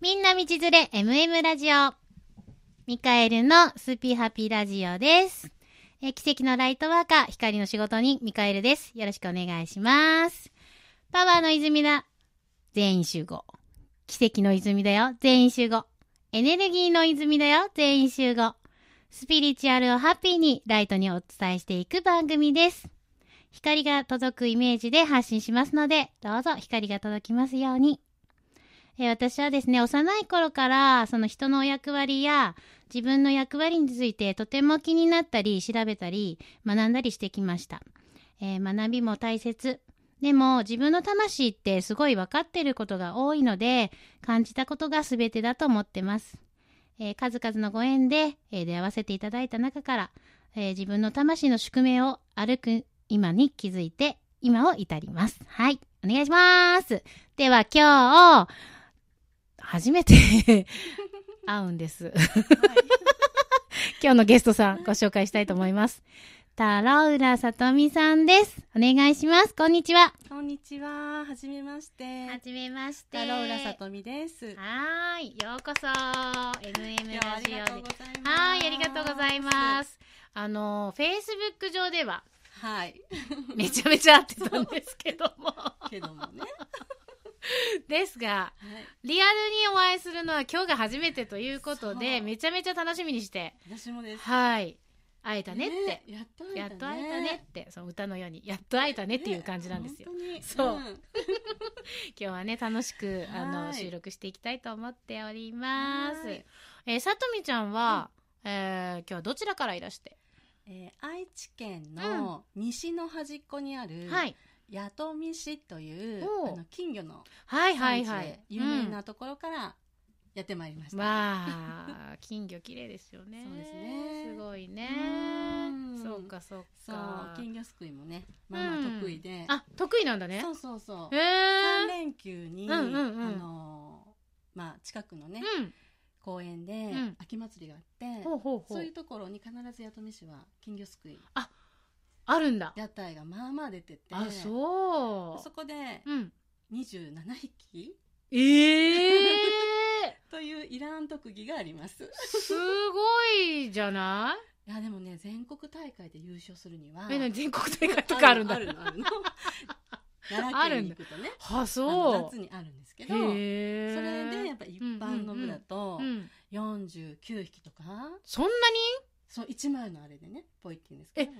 みんな道連れ MM ラジオ。ミカエルのスーピーハッピーラジオです。えー奇跡のライトワーカー、光の仕事にミカエルです。よろしくお願いします。パワーの泉だ。全員集合。奇跡の泉だよ。全員集合。エネルギーの泉だよ。全員集合。スピリチュアルをハッピーにライトにお伝えしていく番組です。光が届くイメージで発信しますので、どうぞ光が届きますように。えー私はですね、幼い頃から、その人のお役割や自分の役割についてとても気になったり、調べたり、学んだりしてきました。えー学びも大切。でも、自分の魂ってすごい分かってることが多いので、感じたことが全てだと思ってます。えー数々のご縁で、えー出会わせていただいた中から、えー自分の魂の宿命を歩く今に気づいて、今を至ります。はい。お願いします。では今日、初めて 会うんです。今日のゲストさんご紹介したいと思います。太郎浦さとみさんです。お願いします。こんにちは。こんにちは、はじめまして。じめまし太郎浦さとみです。よはーい、ようこそ MM うあラジりがとうオごで。ざいます。はーい、ありがとうございます。あの、Facebook 上では す。はい。めちゃめちゃ合ってたんですけども。 けどもね。ですが、はい。リアルにお会いするのは今日が初めてということで、そうめちゃめちゃ楽しみにして、私もです。はい、会えたねって。え。やっと会えやたっね。と会えたねって、その歌のように、やっと会えたねっていう感じなんですよ。ね。本当にそうん今日はね、楽しく、あはの、い収録していきたいと思っておりますはい。えー、さとみちゃんは、えー今日はどちらからいらして、えー愛知県の西の端っこにある、はい。八富市というおうあの金魚のはいは産い地はいで。有名なところからやってまいりましうん。た。まあ、金魚綺麗ですよね。そうですねすごいねうん。そうかそうそうか。金魚すくいもね、まあまあ得意で。あ、得意なんだねそ。うそうそう。へ3え。連休に、うんうんうんあのーまあ、近くのね、うん。公園でん秋祭りがあって、ほうほうほそうういう。ところに必ず八富市は金魚すくいあるんだ。屋台がまあまあ出ててあ、うそそこでう。うん。 27匹ええというイラン特技があります すごいじゃないやでもね全国大会で優勝するにはいえ、なに全国大会とかあるんだ。あるのあるのあ奈る良県んにだ行くとねは、あのそ夏にあるんですけう。どそへれでやえ。っぱ一般の部だとうん。 49匹とか、そんなそう一枚のあれでねポイって言うんですけど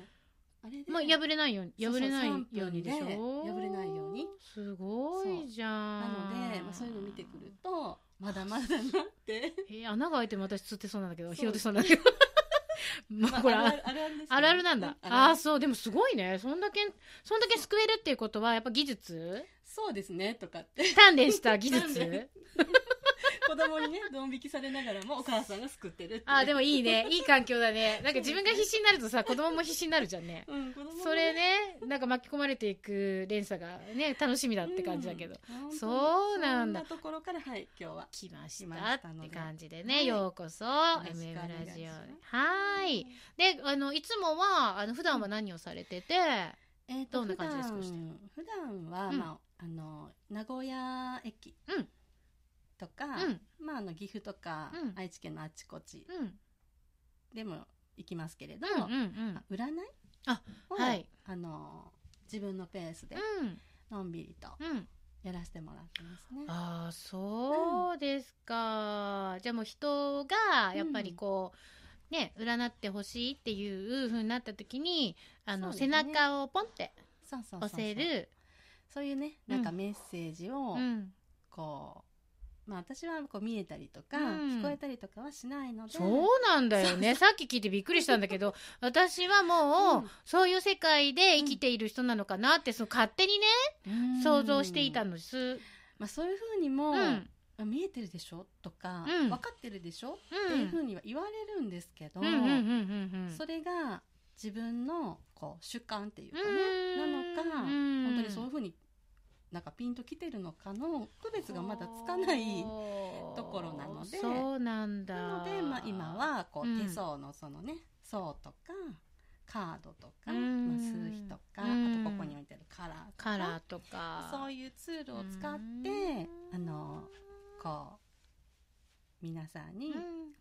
あれでにまあ、破れないように。そう破そうれないよ三分うにでしでょ破れないように。すごいじゃ。なんので、まあ、そういうの見てくる。とまだまだだなってえー、穴が開いても私釣ってそうなんだけど、そう拾ってそう なんだけど。 まあ、これ、あまああるあるですよねるあるなんだ。うああるあ、るそう。でもすごいね。そんだけ、そんだけ救えるっていうことは、やっぱ技術そうですねとかって 鍛錬した技鍛錬術子供にねドン引きされながらもお母さんが救ってるってあーでも、もいい ねいい環境だねなんか自分が必死になるとさ子供も必死になるじゃんねうん、子供もねそれねなんか巻き込まれていく連鎖がね楽しみだって感じだけど、、うん本当にそうなんだそんなところからはい今日は来まし来またしたっのてで感じでね、はいようこそろし MM くお願いしラますジオにはいであのいつもはあの普段は何をされてて、えー、とどんな感じですか普段普段は、うんまあ、あの名古屋駅うんとか、うんまあ、あの岐阜とか、うん愛知県のあちこちうん、うんでも行きますけれど、うんうんあ占いあをはいあの自分のペースでのんびりとうんうんやらせてもらってますね。ああそうですか、じゃあもう人がやっぱりこう、ね占ってほしいっていう風になった時にあの、そう背ですね中をポンってそうそうそう押そうせるそういうねなんかメッセージをうんこう、まあ、私はこう見えたりとか、うん聞こえたりとかはしないのでそうなんだよねさっき聞いてびっくりしたんだけど私はもう、うんそういう世界で生きている人なのかなってその勝手にね、うん想像していたのです、うんまあ、そういうふうにも、うんあ見えてるでしょとか、うん分かってるでしょ、うんっていうふうには言われるんですけど、うんうんうんうんそれが自分のこう主観っていうかね、うんなのか、うん本当にそういうふうになんかピンときてるのかの区別がまだつかないところなのでそうなんだなので、まあ、今はこう、うん手相のそのね層とかカードとか、うんまあ、数比とか、うんあとここに置いてあるカラーとかカラーとかそういうツールを使って、うんあのこう皆さんうにん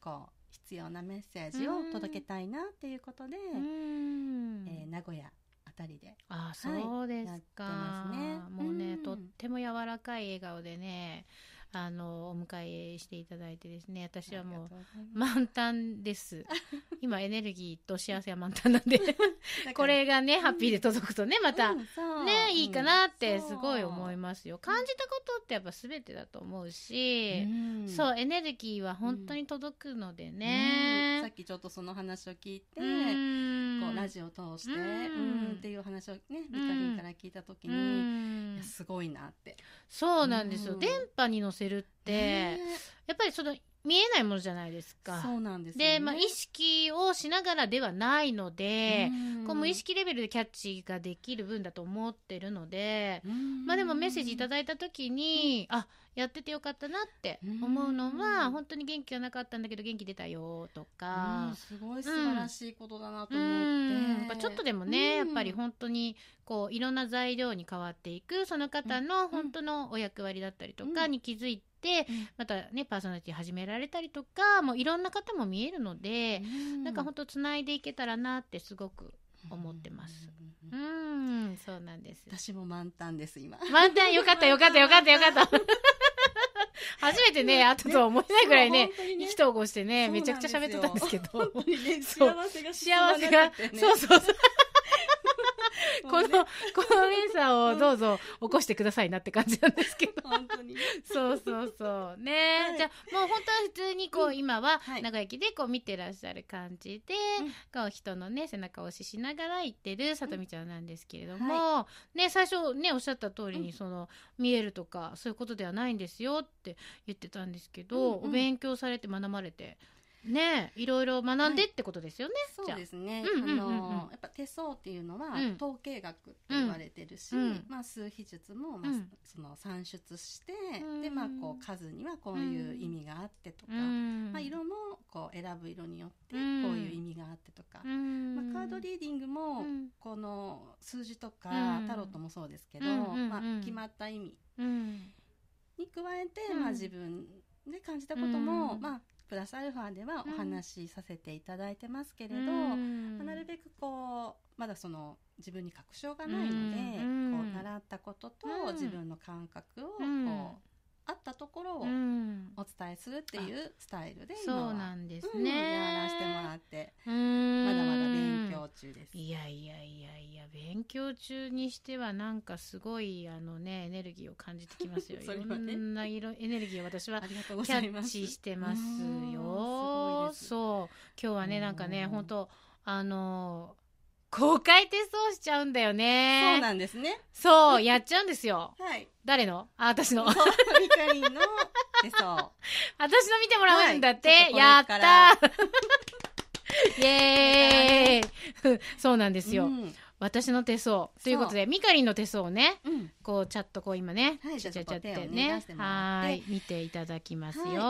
こう必要なメッセージを届けたいなっていうことで、うんえー名古屋あたりであはーいそうですか、やってますねもうね、うんとっても柔らかい笑顔でねあのお迎えしていただいてですね私はもうありがとございま満タンです 今エネルギーと幸せは満タンなんです だからこれがねハッピーで届くとねまた、うんそうねいいかなってうんすごい思いますよ感じたことってやっぱ全てだと思うし、うんそうエネルギーは本当に届くのでうんさねっ、きちょっとその話を聞いて、うんこうラジオを通しうて、うんん、っていう話をねリカリンから聞いた時うに、んいやすごいなって。そうなんですよ、うん電波に乗せるって、ねやっぱりその見えないものじゃないですかそうなんですよねで、まあ、意識をしながらではないので、こう無意、識レベルでキャッチができる分だと思ってるので、うんまあでもメッセージいただいた時に、あやっててよかったなって思うのは、うん本当に元気がなかったんだけど元気出たよとうかん、すごい素晴らしいことだなと思うんやっっぱて、ちょっとでもね、うんやっぱり本当にこういろんな材料に変わっていくその方の本当のお役割だったりとかうんに気づいて、うんまたねパーソナリティ始められたりとかもういろんな方も見えるので、うんなんか本当つないでいけたらなってすごく思ってます。うんうん、そうなんです。私も満タンです今。満タンよかったよかったよかったよかった。初めてね、後とは思えないぐらいねそう、 本当に意気投合してね、そうなめんちでゃすよくちゃ喋ってたんですけど。本当にねそう幸せが進ま幸せなが、くてねそうそうそう。もこの、うねこの連鎖をどうぞ起こしてくださいなって感じなんですけ ど。本当にそうそうそう。ね、はいじゃあもう本当は普通にこう、今ははい名古屋駅でこう見てらっしゃる感じで、うんこう人のね、背中を押ししながら行ってるさとみちゃんなんですけれども、うんね、最初ね、おっしゃった通りうにんその、見えるとかそういうことではないんですよって言ってたんですけど、うんうんお勉強されて学ばれて、ね、いろいろ学んでってことですよね。そうですね、うんうんうんうんあのやっぱ手相っていうのはうん統計学って言われてるし、うんまあ、数秘術も、まあうんその算出して、うんでまあこう数にはこういう意味があってとか、うんまあ、色もこう選ぶ色によってこううんいう意味があってとか、まあ、カードリーディングもうんこの数字とかうんタロットもそうですけど、うんうんうんまあ、決まった意味うんに加えて、うんまあ、自分で感じたことも、うんまあ、プラスアルファではお話しさせていただいてますけれど、うんまあなるべくこうまだその自分に確証がないので、うんこう習ったこととうん自分の感覚をこう、うんあったところをうんお伝えするっていうスタイルで今そはうなんですうんね、やらせてもらってうんまだまだ勉強中です。いやいやいやいや勉強中にしてはなんかすごいあのねエネルギーを感じてきますよ それいはろねんな色エネルギーを私はありがとうごキざャいまッす。チしてますようんすごいですそう今日はねうんなんかね本当あの公開テストをしちゃうんだよねそうなんですね。そうやっちゃうんですよはい。誰のあ私の そうミカリンの手相。私の見てもらうんだって、はいちょっとこれやっからたーイエーイ そうなんですよ、うん私の手相ということでミカリンの手相をねうんこうチャットこう今ねはいちゃちゃちじゃゃっあてちょっと手をねね出してもらはってーい見ていただきますよ、はい、えっと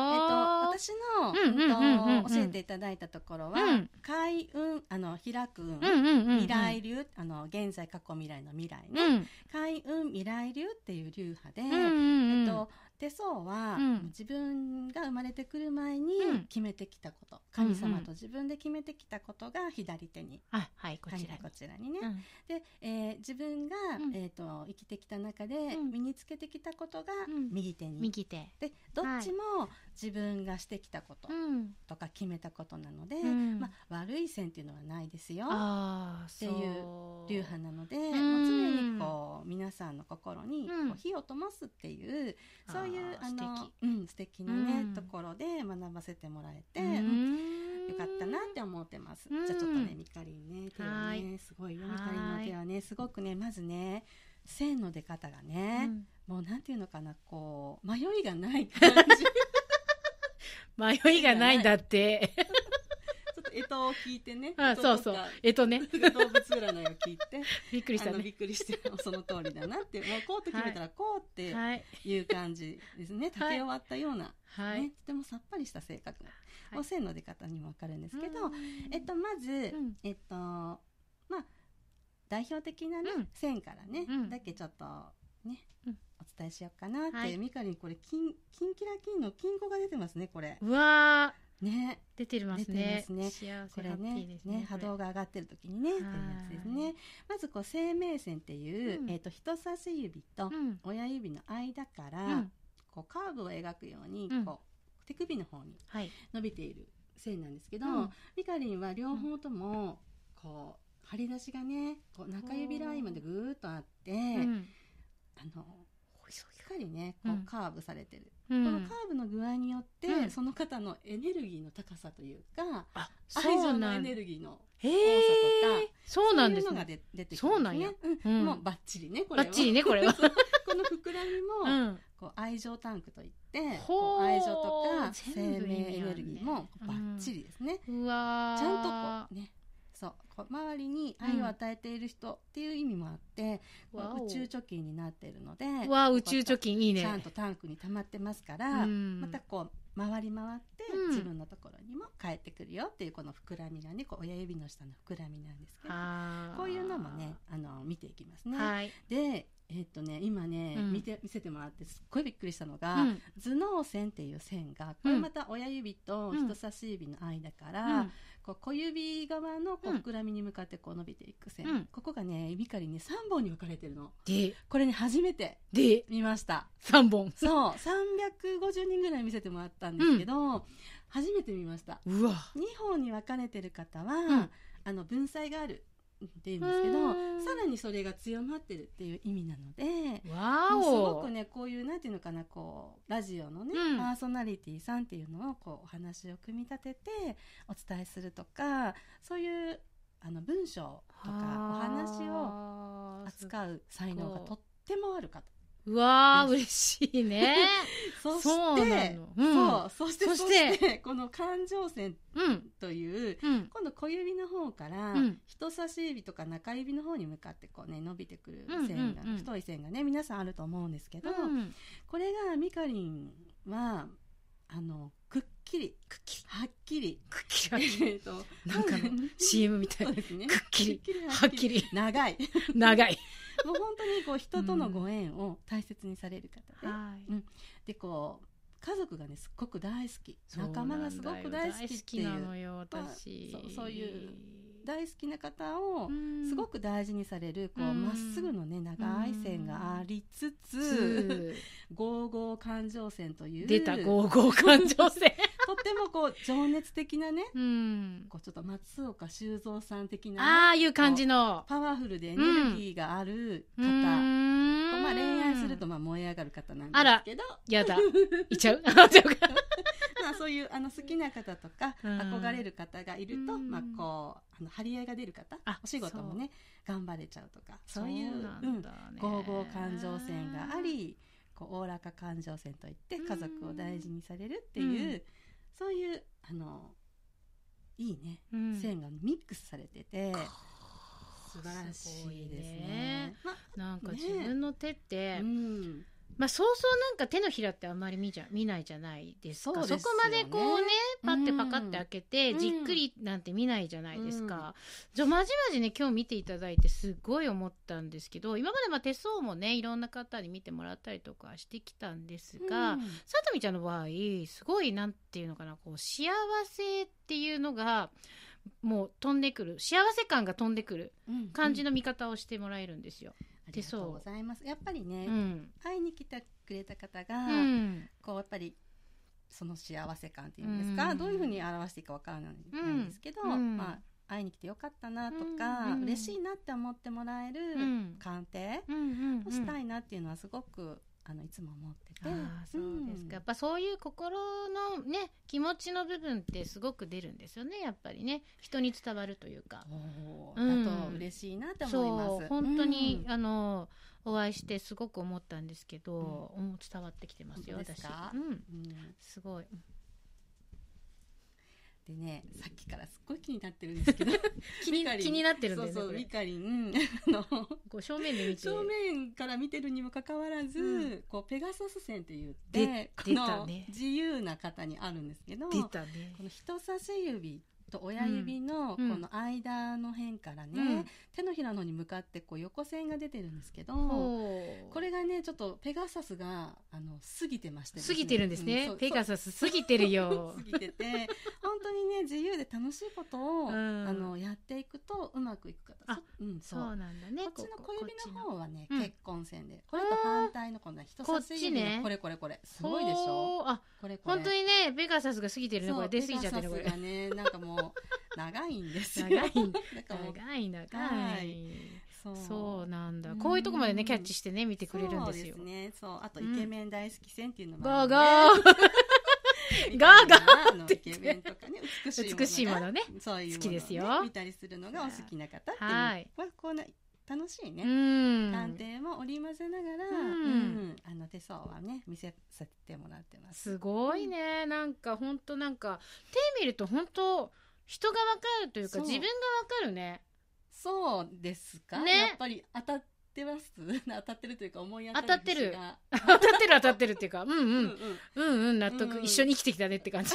私の、うんうんうんうんえっと教えていただだいたところは、うん開運あの開くう運、んうんうんうん未来流あの現在過去未来の未来うね、ん開運未来流っていう流派で、うんうんうんえっと手相は、うん自分が生まれてくる前にうん決めてきたこと、うんうん神様と自分で決めてきたことが左手に、あはいこちらはいにこちらにね、うんで、えー自分が、うんえっと生きてきた中で、ん身につけてきたことがうん右手に、右手でどっちも自分がしてきたことうんとか決めたことなので、うんまあ、悪い線っていうのはないですよああていうそう流派なので、んもう常にこう皆さんの心にこうんう火を灯すっていう、あーそういうあの素敵うん、素敵なね、うんところで学ばせてもらえて、ううんんよかったなって思ってます、うんじゃあちょっとねみかりんね手をはねいすごいよはみかいりんの手はねすごくねまずね線の出方がうね、んもうなんていうのかなこう迷いがない感 じちょ迷いがないんだってっと干支を聞いてねあ そうそう干支とかえっとね動物占いを聞いて、びっくりしあたのびねっくりして その通りだなってもうこうと決めたらこうってはいいう感じですね、竹を割ったような、はい、ね、とてもさっぱりした性格いの線の出方にも分かるんですけど、うんえっと、まず、んえっとまあ代表的な、ねうん線からね、うんだけちょっとね、うんお伝えしようかなって、はいミカリンこれ金金キラ金の金庫が出てますねこれうわーね出てますね出てます幸こせれハッピねーですねね波動が上がってる時にねい出るやつですねまずこう生命線っていう、うんえっと人差し指とうん親指の間から、うんこうカーブを描くようにうんこう手首の方にはい伸びている線なんですけど、うんミカリンは両方ともこう張り出しがねこう中指ラインまでぐーっとあって、うんあのしっかりねこうんうカーブされてる、うんこのカーブの具合によって、うんその方のエネルギーの高さというかあそ愛情うのなエんネルギーのへ多さえとかそうなんでそすういうのがね出出てきてそうなんやうんうんもうバッチリ ねこれバッはチリねこれはこの膨らみうも、んこう愛情タンクといってほうこう愛情とか生全部意味あるね命エネルギーもバッチリですね、うわーちゃんとこうねそうこう周りに愛を与えている人っていう意味もあって、こわうお宇宙貯金になっているのでわあ宇宙貯金いいねちゃんとタンクに溜まってますから、うんまたこう回り回ってうん自分のところにも帰ってくるよっていうこの膨らみがねこう親指の下の膨らみなんですけどあーこういうのもねあの見ていきますね。はいでえっとね今ね、うん見て見せてもらってすっごいびっくりしたのうが、ん頭脳線っていう線がこれまた親指と人差し指の間から、こう小指側のこううん膨らみに向かってこう伸びていく線、うんここがね指狩りに3本に分かれてるのでこれね初めてで見ました三本そう350人ぐらい見せてもらったんですけど、初めて見ましたうわ2本に分かれてる方は、んあの分際があるっていうんですけどうんさらにそれが強まってるっていう意味なのでわもうすごおくねこういうなんていうのかなこうラジオのね、うんパーソナリティさんっていうのをこうお話を組み立ててお伝えするとかそういうあの文章とかお話をを扱う才能がとってもある方うわーで嬉しいね そしてそうなのうんそうそしてそそしてしてこの感情線うんといううん今度小指の方からうん人差し指とか中指の方に向かってこうね伸びてくる線が、うんうんうん太い線がね皆さんあると思うんですけど、うんこれがミカリンはあのくっきりくっきりはっきりくっきりえはっき りーとなんかの CM みたいそうくっですねきりはは っっききりり長い長いもう本当にこう人とのご縁を大切にされる方で、はいでこう家族がねすっごく大好きそう仲間がすごく大好きっていなんだよ大好きなのうよ私そうそういう大好きな方をうんすごく大事にされるこううんまっすぐのね長い線がありつつつ55感情線という出たとゴーゴー感情線ってもこう情熱的なねうん こうちょっと松岡修造さん的なねああいう感じのパワフルでエネルギーがある方、こうままあ、恋愛するとまあ燃え上がる方なんであらすけどやだいっちゃうあちゃうか まあ、そういうあの好きな方とかうん憧れる方がいると、うんまあ、こうあの張り合いが出る方あお仕事もね頑張れちゃうとかそういうそうなんだねうん、55感情線がありこうおおらか感情線といってうん家族を大事にされるっていう、うんそういうあのいいね、うん線がミックスされてて素晴らしすごいいですね。ねまあなんかね自分の手って、うんまあそうそうなんか手のひらってあんまり見じゃ見ないじゃないですかそうですよねこまでこうねパッてパカって開けて、うんじっくりなんて見ないじゃないですか、うんじゃあまじまじね今日見ていただいてすごい思ったんですけど今までまあ手相もねいろんな方に見てもらったりとかしてきたんですが、うんさとみちゃんの場合すごいなんていうのかなこう幸せっていうのがもう飛んでくる幸せ感が飛んでくるうん感じの見方をしてもらえるんですよ。ありがとうございます。やっぱりね、うん、会いに来てくれた方が、うんこうやっぱりその幸せ感っていうんですか、うんどういうふうに表していいかわからないうんんですけど、うんまあ、会いに来てよかったなとうんか、うん嬉しいなって思ってもらえうるん鑑定うんうんうをんしたいなっていうのはすごくあのいつも思ってて、ああそうですか、やっぱそういう心のね気持ちの部分ってすごく出るんですよねやっぱりね人に伝わるというかうんおうんーだと嬉しいなって思いまそうす。本当に、あのお会いしてすごく思ったんですけど、うん伝わってきてますよ本当で私すかうんうん、うんすごいでねさっきからすっごい気になってるんですけど気にミカリン気になってるんだ そよねうそうこれミカリンあのこう正面で見て正面から見てるにもかかわらず、うんこうペガサス線って言っでてこ出たのね自由な方にあるんですけど、出たねこの人差し指と親指のうこんの間の辺からね、うん手のひらのに向かってこう横線が出てるんですけど、ここれれがねちょっとペガサスがあの過ぎてまして過ぎてるんですね、ペガサス過ぎてる よ 過ぎてて本当にね自由で楽しいことを、うんあのやっていくとうまくいくかあらそうんそそううなんだねこっちの小指のこ方はねうん結婚線で、これと反対のこの人差し指こっちねのこれこれこれすごいでしょほうあこれこれ本当にねペガサスが過ぎてるねこれ出過ぎちゃってるねこペれガサスがねなんかもう長いんですよ 長いだからもう長い長はいいそうそうなんだうんこういうとこまでねキャッチしてね見てくれるんですそうよですねそうあとうイんケメン大好き線っていうのもあガーるねガ ーみガーたガいなーあのってイ言ケってメンとかね美しいものが美しいものねそういうものをね好きですよ見たりするのがお好きな方っていう、はいまあこうな楽しいうね、ん探偵も織り交ぜながら、うんうんあの手相はね見せさせてもらってます。すごいねなんか本当なんか手見ると本当人がわかるというかそう自分がわかるねそうですか、ねやっぱり当たってます 当たってるというか思い当た当たってる節が当たってる当たってるってい うかうんうんうんうんうんうん納得、うん一緒に生きてきたねって 感じ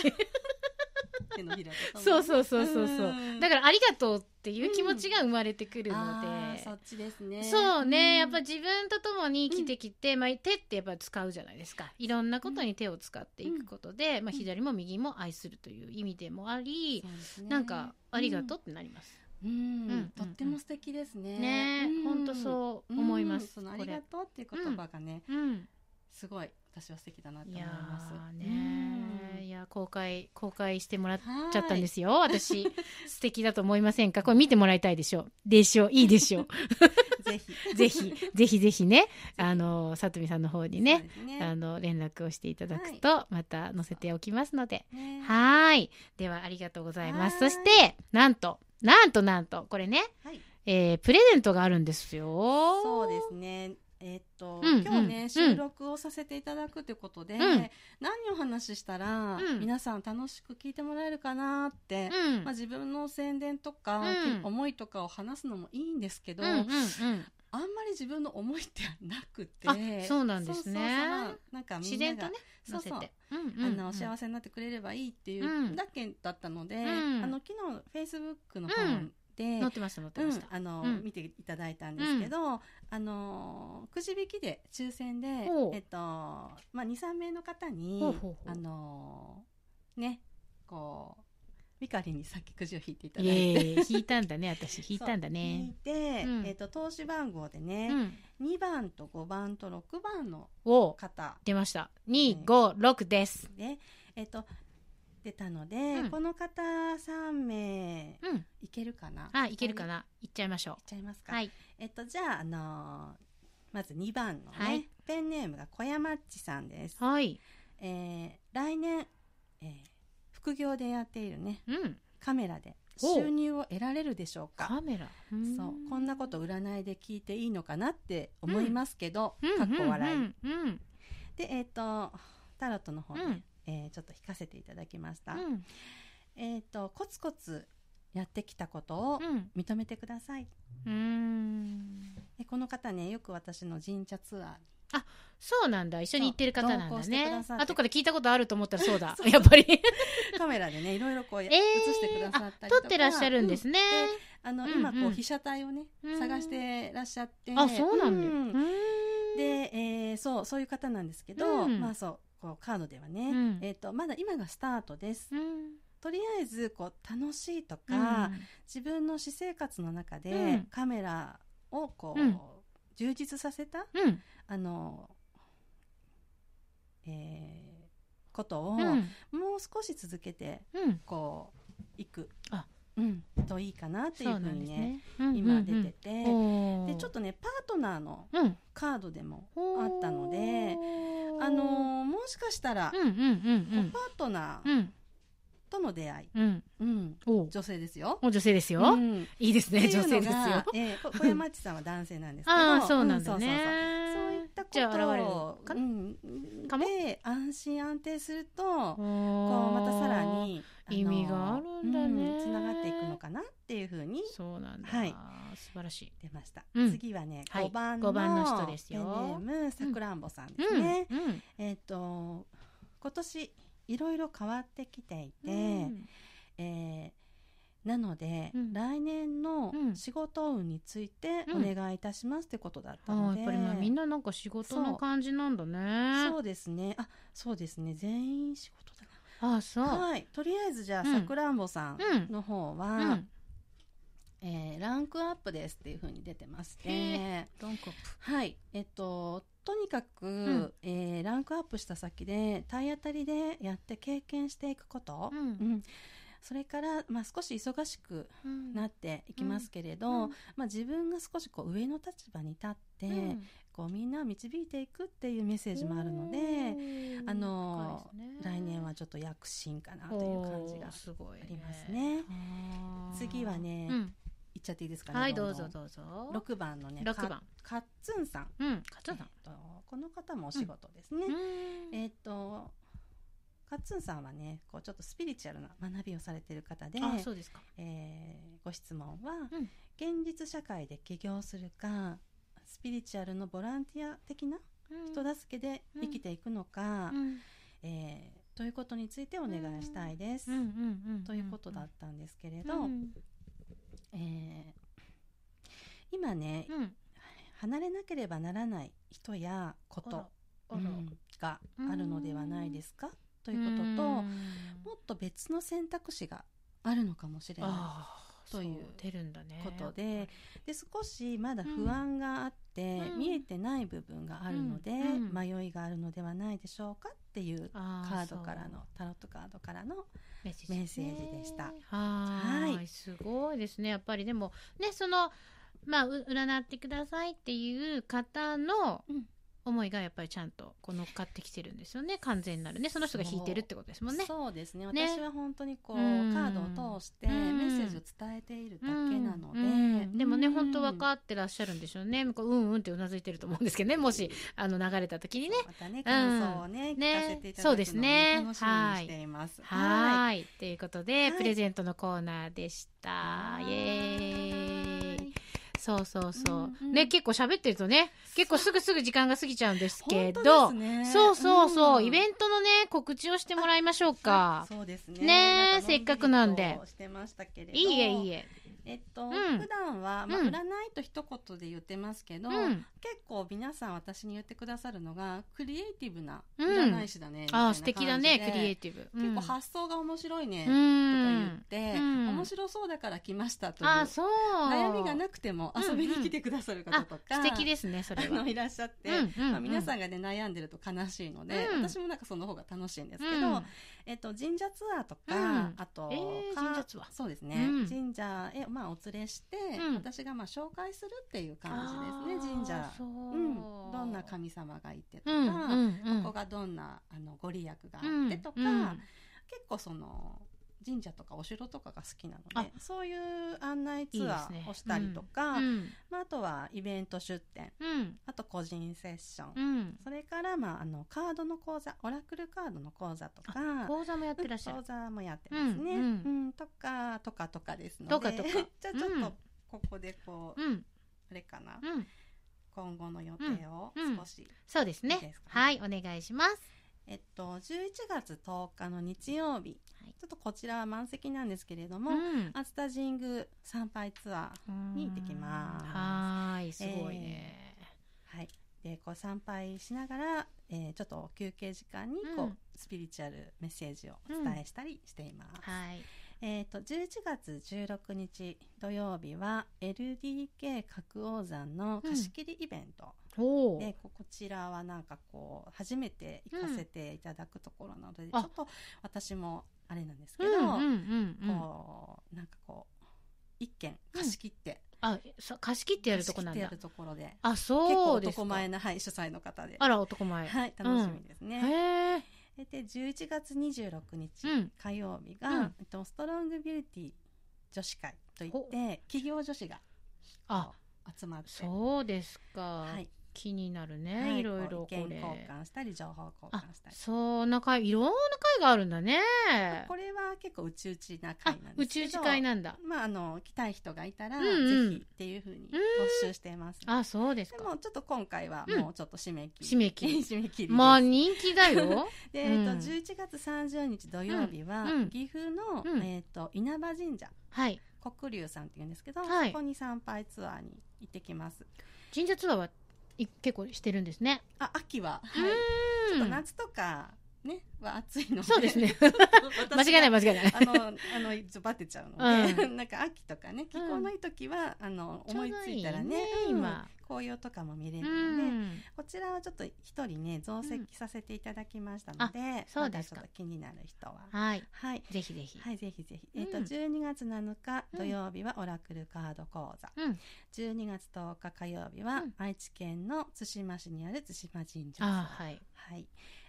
手のひらとかもそうそうそうそうそううんだからありがとうっていう気持ちが生まれてくるので、あーそっちですねそうね、やっぱり自分と共に生きてきて、まあ、手ってやっぱ使うじゃないですかいろんなことに手を使っていくことで、まあ、左も右も愛するという意味でもあり、なんかありがとうってなります、うん、うんうんとっても素敵ですねねうんほんとそう思います、うんそのあこりれがとうっていう言葉がね、うんすごい私は素敵だなってい思いやますーねーいや公開公開してもらっうんちゃったんですすよ私 素敵だと思いませんかこれ見てもらいたいでしょうでしょういいでし ょぜひう ぜひぜひぜひねあのさとみさんの方にねそうですあねの連絡をしていただくとまた載せておきますのでねはーいではありがとうございますはーそいしてなんとなんとなんとこれね、はいえープレゼントがあるんですよそうですね。えーっと、うん今日うねん収録をさせていただくということで、ん何をお話ししたら、うん皆さん楽しく聞いてもらえるかなって、うんまあ自分の宣伝とか、うん思いとかを話すのもいいんですけど、うんうんうんあんまり自分の思いってなくて、あそうなんですねそうそうなんかみ自んな然とがねそ載うせそうて。うんあのせ幸せになってくれればいいっていううんだけだったので、うんあの昨日フェイスブックの方うんで、載ってました載ってうまんした、、あの、うん見ていただいたんですけど、あのーくじ引きで抽選でほう、えっとまあ、23名の方にほうほうほうあのーねこうミカリにさっきくじを引いていただいいえて。いえ引いたんだね私引いたんだねそう引いて、うんえっと投資番号でうね、ん2番と5番と6番のお方出ました256ですで、えっと出たので、うんこの方3名うんいけるかなあいけるかいっな行っちゃいましょちゃいますうかはいえっと、じゃあ、あのーまず2番のね、はいペンネームが小山っちさんです。はいえー来年、えー副業でやっているね、うんカメラでほう収入を得られるでしょうか。カメラそう、こんなこと占いで聞いていいのかなって思いますけど、うんかっこ笑い。うんうんで、えっ、と、タロットの方で、うんえーちょっと引かせていただきました。うんえっ、と、コツコツやってきたことをうん認めてください。うんでこの方ね、よく私の神社ツアーそうなんだ一緒に行ってる方なんそう同行だしてくねださって後から聞いたことあると思ったらそうだそうやっぱ りカメラでねいろいろこうや、えー映してくださったりとか撮ってらっしゃるんですね、ねうんあの、うん今こうんう被写体をねうん探してらっしゃってあそうなんだようんうんで、えーそうそういう方なんですけど、うんまあそうこうカードではね、うんえっ、とまだ今がスタートです、うんとりあえずこう楽しいとか、自分の私生活の中で、うんカメラをこう、うん充実させたうんあのえーことを、うんもう少し続けてうんこう行くあうん、といいかなっていそううふうなんにですねねうん今出うんてて、うんでちょっとねパートナーのうんカードでもああったので、あのーもしかしたら、うんうんうんパートナうんうーんとの出会い、うんうん、おう女性ですよ。お女性ですよ、うんいいですっねていう女性のがですよあ えーこ小山内さんは男性なんですけどあーそうなんだそうそうそうねそういったこじゃあ現れるとかうなんかもで安心安定するとこうこまたさらにあの意味があるんだねうつながっていくのかなっていうふうにそうなんだ、はい素晴らしい出ました、うん次はねはい5番の,、五番の人ですよペンネームさくらんぼさんですね、うんうんえっ、と今年いろいろ変わってきていて、うんえーなので、うん来年のうん仕事運についてうおん願いいたしますってことだったあのあで、やっぱりまあみんななんか仕事の感じなんだねそうですねあそうですね全員仕事だなああそう、はい、とりあえずじゃあ、うんさくらんぼさうんんの方は、うんえーランクアップですっていう風に出てましへて、ランクアッはい、えっと、とにかく、んえーランクアップした先で体当たりでやって経験していくこと、うんうんそれから、まあ、少し忙しくプうんなっていきますけれど、うんまあ、自分が少しこう上の立場に立って、うんこうみんなを導いていくっていうメッセージもあるので、うんあの深いですね来年はちょっと躍進かなという感じおーがすごいありますねあー次はねうんいっちゃっていいですかねはいどんうんぞどうぞ6番のね六番かかっつんさんうん勝つんだえっとこの方もお仕事ですね、うんえっとかっつんさんはねこうちょっとスピリチュアルな学びをされてる方で、あそうですかえーご質問は、うん現実社会で起業するかスピリチュアルのボランティア的な人だ助けで生きていくのか、えーということについてお願いしたいです、ということだったんですけれけど、えー今ね、離れなければならない人やこあらと、うんがあるのではないですかということともっと別の選択肢があるのかもしれなああという出るんだねいことでで少しまだ不安があって、うん見えてない部分があるので、うん迷いがあるのではないでしょうかっていうあカーードからのタロットカードからのメッセメッセージでしたはーいはいすごいですねやっぱりでもねそのまあう占ってくださいっていう方のうん思いがやっぱりちゃんとこう乗っかってきてるんですよね完全なるねその人が引いてるってことですもんねそうですねね私は本当にこう、うんカードを通してうメんッセージを伝えているだけなので、うんうんでもね、うん本当分かってらっしゃるんでしょうねこううんうんってうなずいてると思うんですけどねもしあの流れた時にねまたね感想をね、ね聞かせていたそうだくのでをすね楽しみにしていますはいーいということで、はいプレゼントのコーナーでしたはイいエーイそうそうそう、うんうんね結構喋ってるとね結構すぐすぐ時間が過ぎちゃうんですけ本当ど、ですねそうそうそう、イベンントのね告知をしてもらいましょうかそうですねねなんせっかくなんでのんびりとしてましたけれどいいえいいええっと、ん普段は、まあ、うん占いと一言で言ってますけど、うん結構皆さん私に言ってくださるのがクリエイティブなうん占い師だね、みたいなあ感ーじ素で敵だねクリエイティブ、結構ハッ発想が面白いね、うとかん言って、うん面白そうだから来ましたというあーそう悩みがなくてもうん遊びに来てくださる方とか、素敵ですねそれあはのいらっしゃって、うんうんうんまあ、皆さんが、ね、悩んでると悲しいので、うん私もなんかその方が楽しいんですけど、うんえっと、神社ツアーとか、うんあと、えーか神社ツアーそうですね、うん神社へ、まあ、お連れして、うん私がまあ紹介するっていう感じですね神社あーそううん、どんな神様がいてとか、うんうんうんここがどんなあのご利益があうんってとか、うん結構その神社とかお城とかが好きなのあでそういう案内ツアいいですねーをしたりとかうんまあ、あとはイベント出店うんあと個人セッション、うんそれから、まあ、あのカードの講座オラクルカードの講座とかうん講座もやってらっしゃ講る座もやってますね、ううんんうとかとかとかですのでとかとかじゃあちょうっんとここでこう、うんあれかな、うん今後の予定をうん少し、そうですねいいですかはいお願いしますえっと、11月10日の日曜日、はいちょっとこちらは満席なんですけれども、うん熱田神宮参拝ツアー、に行ってきますはーいすごいねはい、でこう参拝しながら、えーちょっと休憩時間にこうう、んスピリチュアルメッセージをお伝えしたりしています、はいえー、と11月16日土曜日は LDK 角王山の貸し切りイベント、おでーここちらはなんかこう初めて行かせていただくところなので、あちょっと私もあれなんですけうど、んうんうんうんこうなんかこう一軒貸し切って、あそう貸し切ってやるとこなん貸し切だってやるところであ結構そうです男前かな、はい、主催の方であら男前はい、楽しみですへね。えで、11月26日、うん火曜日うがん、えっとストロングビューティー女子会といっほて、企業女子があ集まって、そうですかはい、気になるはね、い、ろいろここう意見れ交換したり情報交あ換したりそんな会いろんな会があるんだねこれは結構うちうちなあ会なんで宇すけど宙次会なんだまああの来たい人がいたら、うんうんぜひっていうふうに募集してます、あそうですでかもちょっと今回はうんもうちょっと締め切り、締め切り締め切りですまあ人気だよで、うんえっと11月30日土曜日は、うんうん岐阜の、うんえっと稲葉神社はい黒龍さんっていうんですけど、はいそこに参拝ツアーに行ってきます神社ツアーはい結構してるんですね、あ秋は、はいちょっと夏とかねは暑いのでそうですね 間間違いないい間違い ないあのあのちょバテちゃうので、うなんか秋とかね気候のいい時は、あのちょ思ういどついいいたらねねうん今紅葉とかも見れうるので、んこちらはちょっと一人ね増席させていただきましたので、そうですかまだちょっと気になる人ははいはいぜひぜひ、はい、ぜひぜひ。うんえっ、と、12月7日うん土曜日はオラクルカード講座。うん12月10日火曜日はうん愛知県の津島市にある津島神社。あーはい、はい。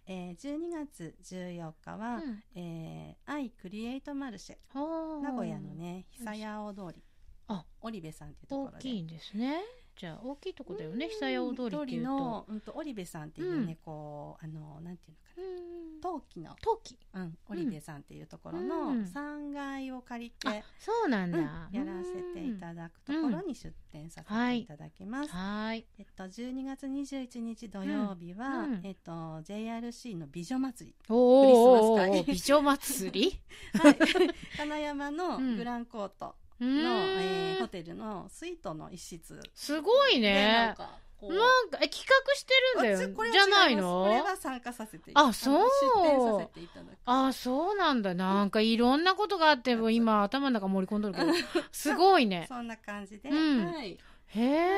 えー、12月14日は、うんえー愛クリエイトマルシェ。ほー名古屋のね、久屋大通り。あ織部さんっていうとこ大ろで。きいんですねじゃあ大きいとこだよねうん久屋大通りっていうとの、うんと、織部さんっていううね、んこう、あの、なんていうのかな。うん陶器の、陶器うん、織部さんっていうところうのん3階を借りて、あそうなんだ、うんやらせていただくところに出展させていただきます。はーいえっと、12月21日土曜日は、うんうんえっと、JRC の美女祭り、おクリスマス会ー美女祭りはい、金山のうんグランコートう の、ーんえーホテルのスイートの一室すごいで、なんねかこう、なんかえ企画してるんだあよちこれはじゃない違いのますこれは参加させていあそうの出展させていただく。あそうなんだなんかいろんなことがあっても今頭の中盛り込んどるけどすごいね そんな感じで、うんはい、へ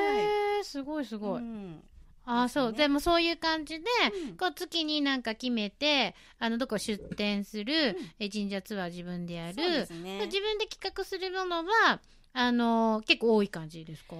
えすごいすごい、うんあそうですねでもそういう感じでうんこう月になんか決めてあのどこ出店するうん、え神社ツアー自分でやるそうですね自分で企画するものはあの結構多い感じですか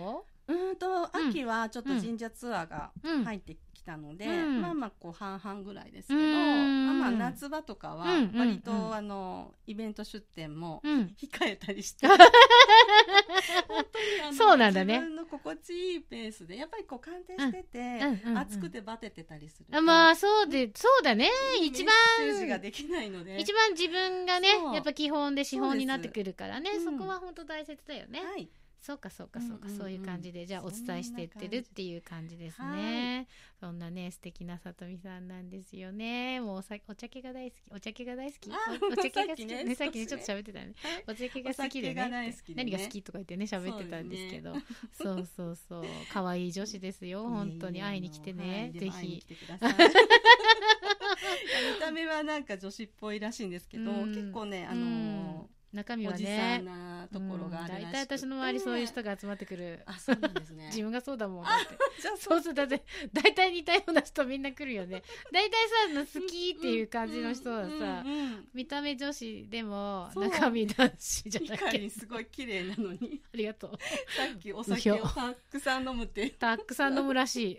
うーんとうん秋はちょっと神社ツアーがうん入ってきたので、うんまあまあこう半々ぐらいですけど、うんまあまあ夏場とかはうん割と、うんうんあのイベント出店もうん控えたり して、本当にあのそうなんだね自分の心地いいペースでやっぱりこう鑑定してて、うんうんうん暑くてバテてたりするとあまあそうでそうだねいい一メ番ッセージができないので一番自分がねそうやっぱ基本で資そう本ですになってくるからねうんそこは本当大切だよね、はい、そうかそうかそうか、うんうんうんそういう感じでじゃあお伝えしていってるっていう感じですねそんなね素敵なさとみさんなんですよねもうおさお茶系が大好きお茶系が大好きあおお茶系が好きさっきねねさっきね少しちょねっと喋ってたねはいお酒が好きでお酒がね大好きで何ねが好きとか言ってね喋ってたんですけどそう,、そうそう可愛い女子です よ本当に会いに来ていえいえあのはねいでぜも会いにひ来てください 見た目はなんか女子っぽいらしいんですけど、うん結構ねあうのん、中身おはじさねんなところがあるらしくて、うん大体私の周りそういう人が集まってくるあそうなんですね 自分がそうだもんだって じゃあそそううそうだって大体似たような人みんな来るよね大体さあの好きっていう感じの人はさ、うんうんうん見た目女子でもそう中身男子じゃいなかいけどにすごい綺麗なの にありがとうさっきお酒うひょをたくさん飲むってたくさん飲むら しい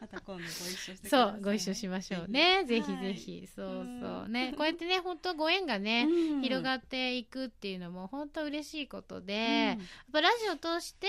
また今度ご一緒してくだそさい、うご一緒しましょうねぜひぜひ、そうそうねこうやってね本当ご縁がね、広がっっていくっていうのも本当嬉しいことで、やっぱラジオを通して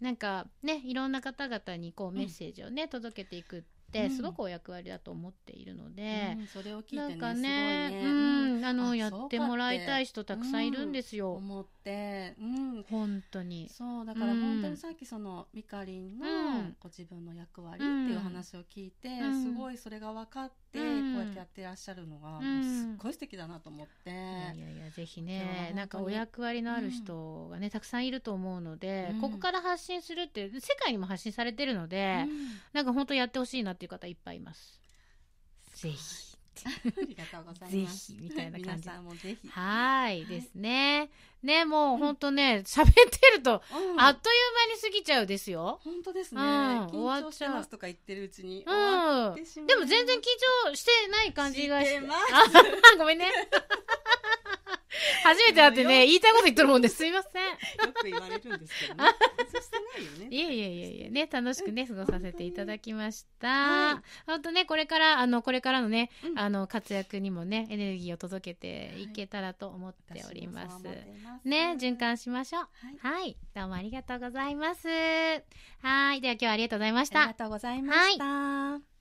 なんかねいろんな方々にこうメッセージをね、届けていくってすごくお役割だと思っているので、それを聞いてねなんかすねごいね、うん、あのあやってもらいたい人たくさんいるんですうんよ、思って、うん、本当にそうだからうん本当にさっきそのミカリンのうんご自分の役割っていう話を聞いて、んすごいそれが分かって、うんこうやってやってらっしゃるのが、うんすっごい素敵だなと思って、いやいやぜひいや本当ねになんかお役割のある人がね、たくさんいると思うので、うんここから発信するって世界にも発信されてるので、うん なんか本当やってほしいなっていう方いっぱいいますぜひありがとうございますぜひみたいな感じ皆さんもぜひ、はーいいですねねもう本当ね喋ってるとうんあっという間に過ぎちゃうですよ、本当ですね、うん緊張してますとか言ってるうちにうん終わってしまいで も全然緊張してない感じがしてしてますあごめんね初めて会ってね、言いたいこと言っとるもんです。すいません。よく言われるんですけどね。外してないよ ね。いえいえいえいえ、ね、楽しくね、過ごさせていただきました。本当ね、これから、あの、これからのね、うんあの、活躍にもね、エネルギーを届けていけたらと思っております。ね、循。環しましょう。はい。はい、どうもありがとうございます。はい、では今日はありがとうございましありがた。とうございました。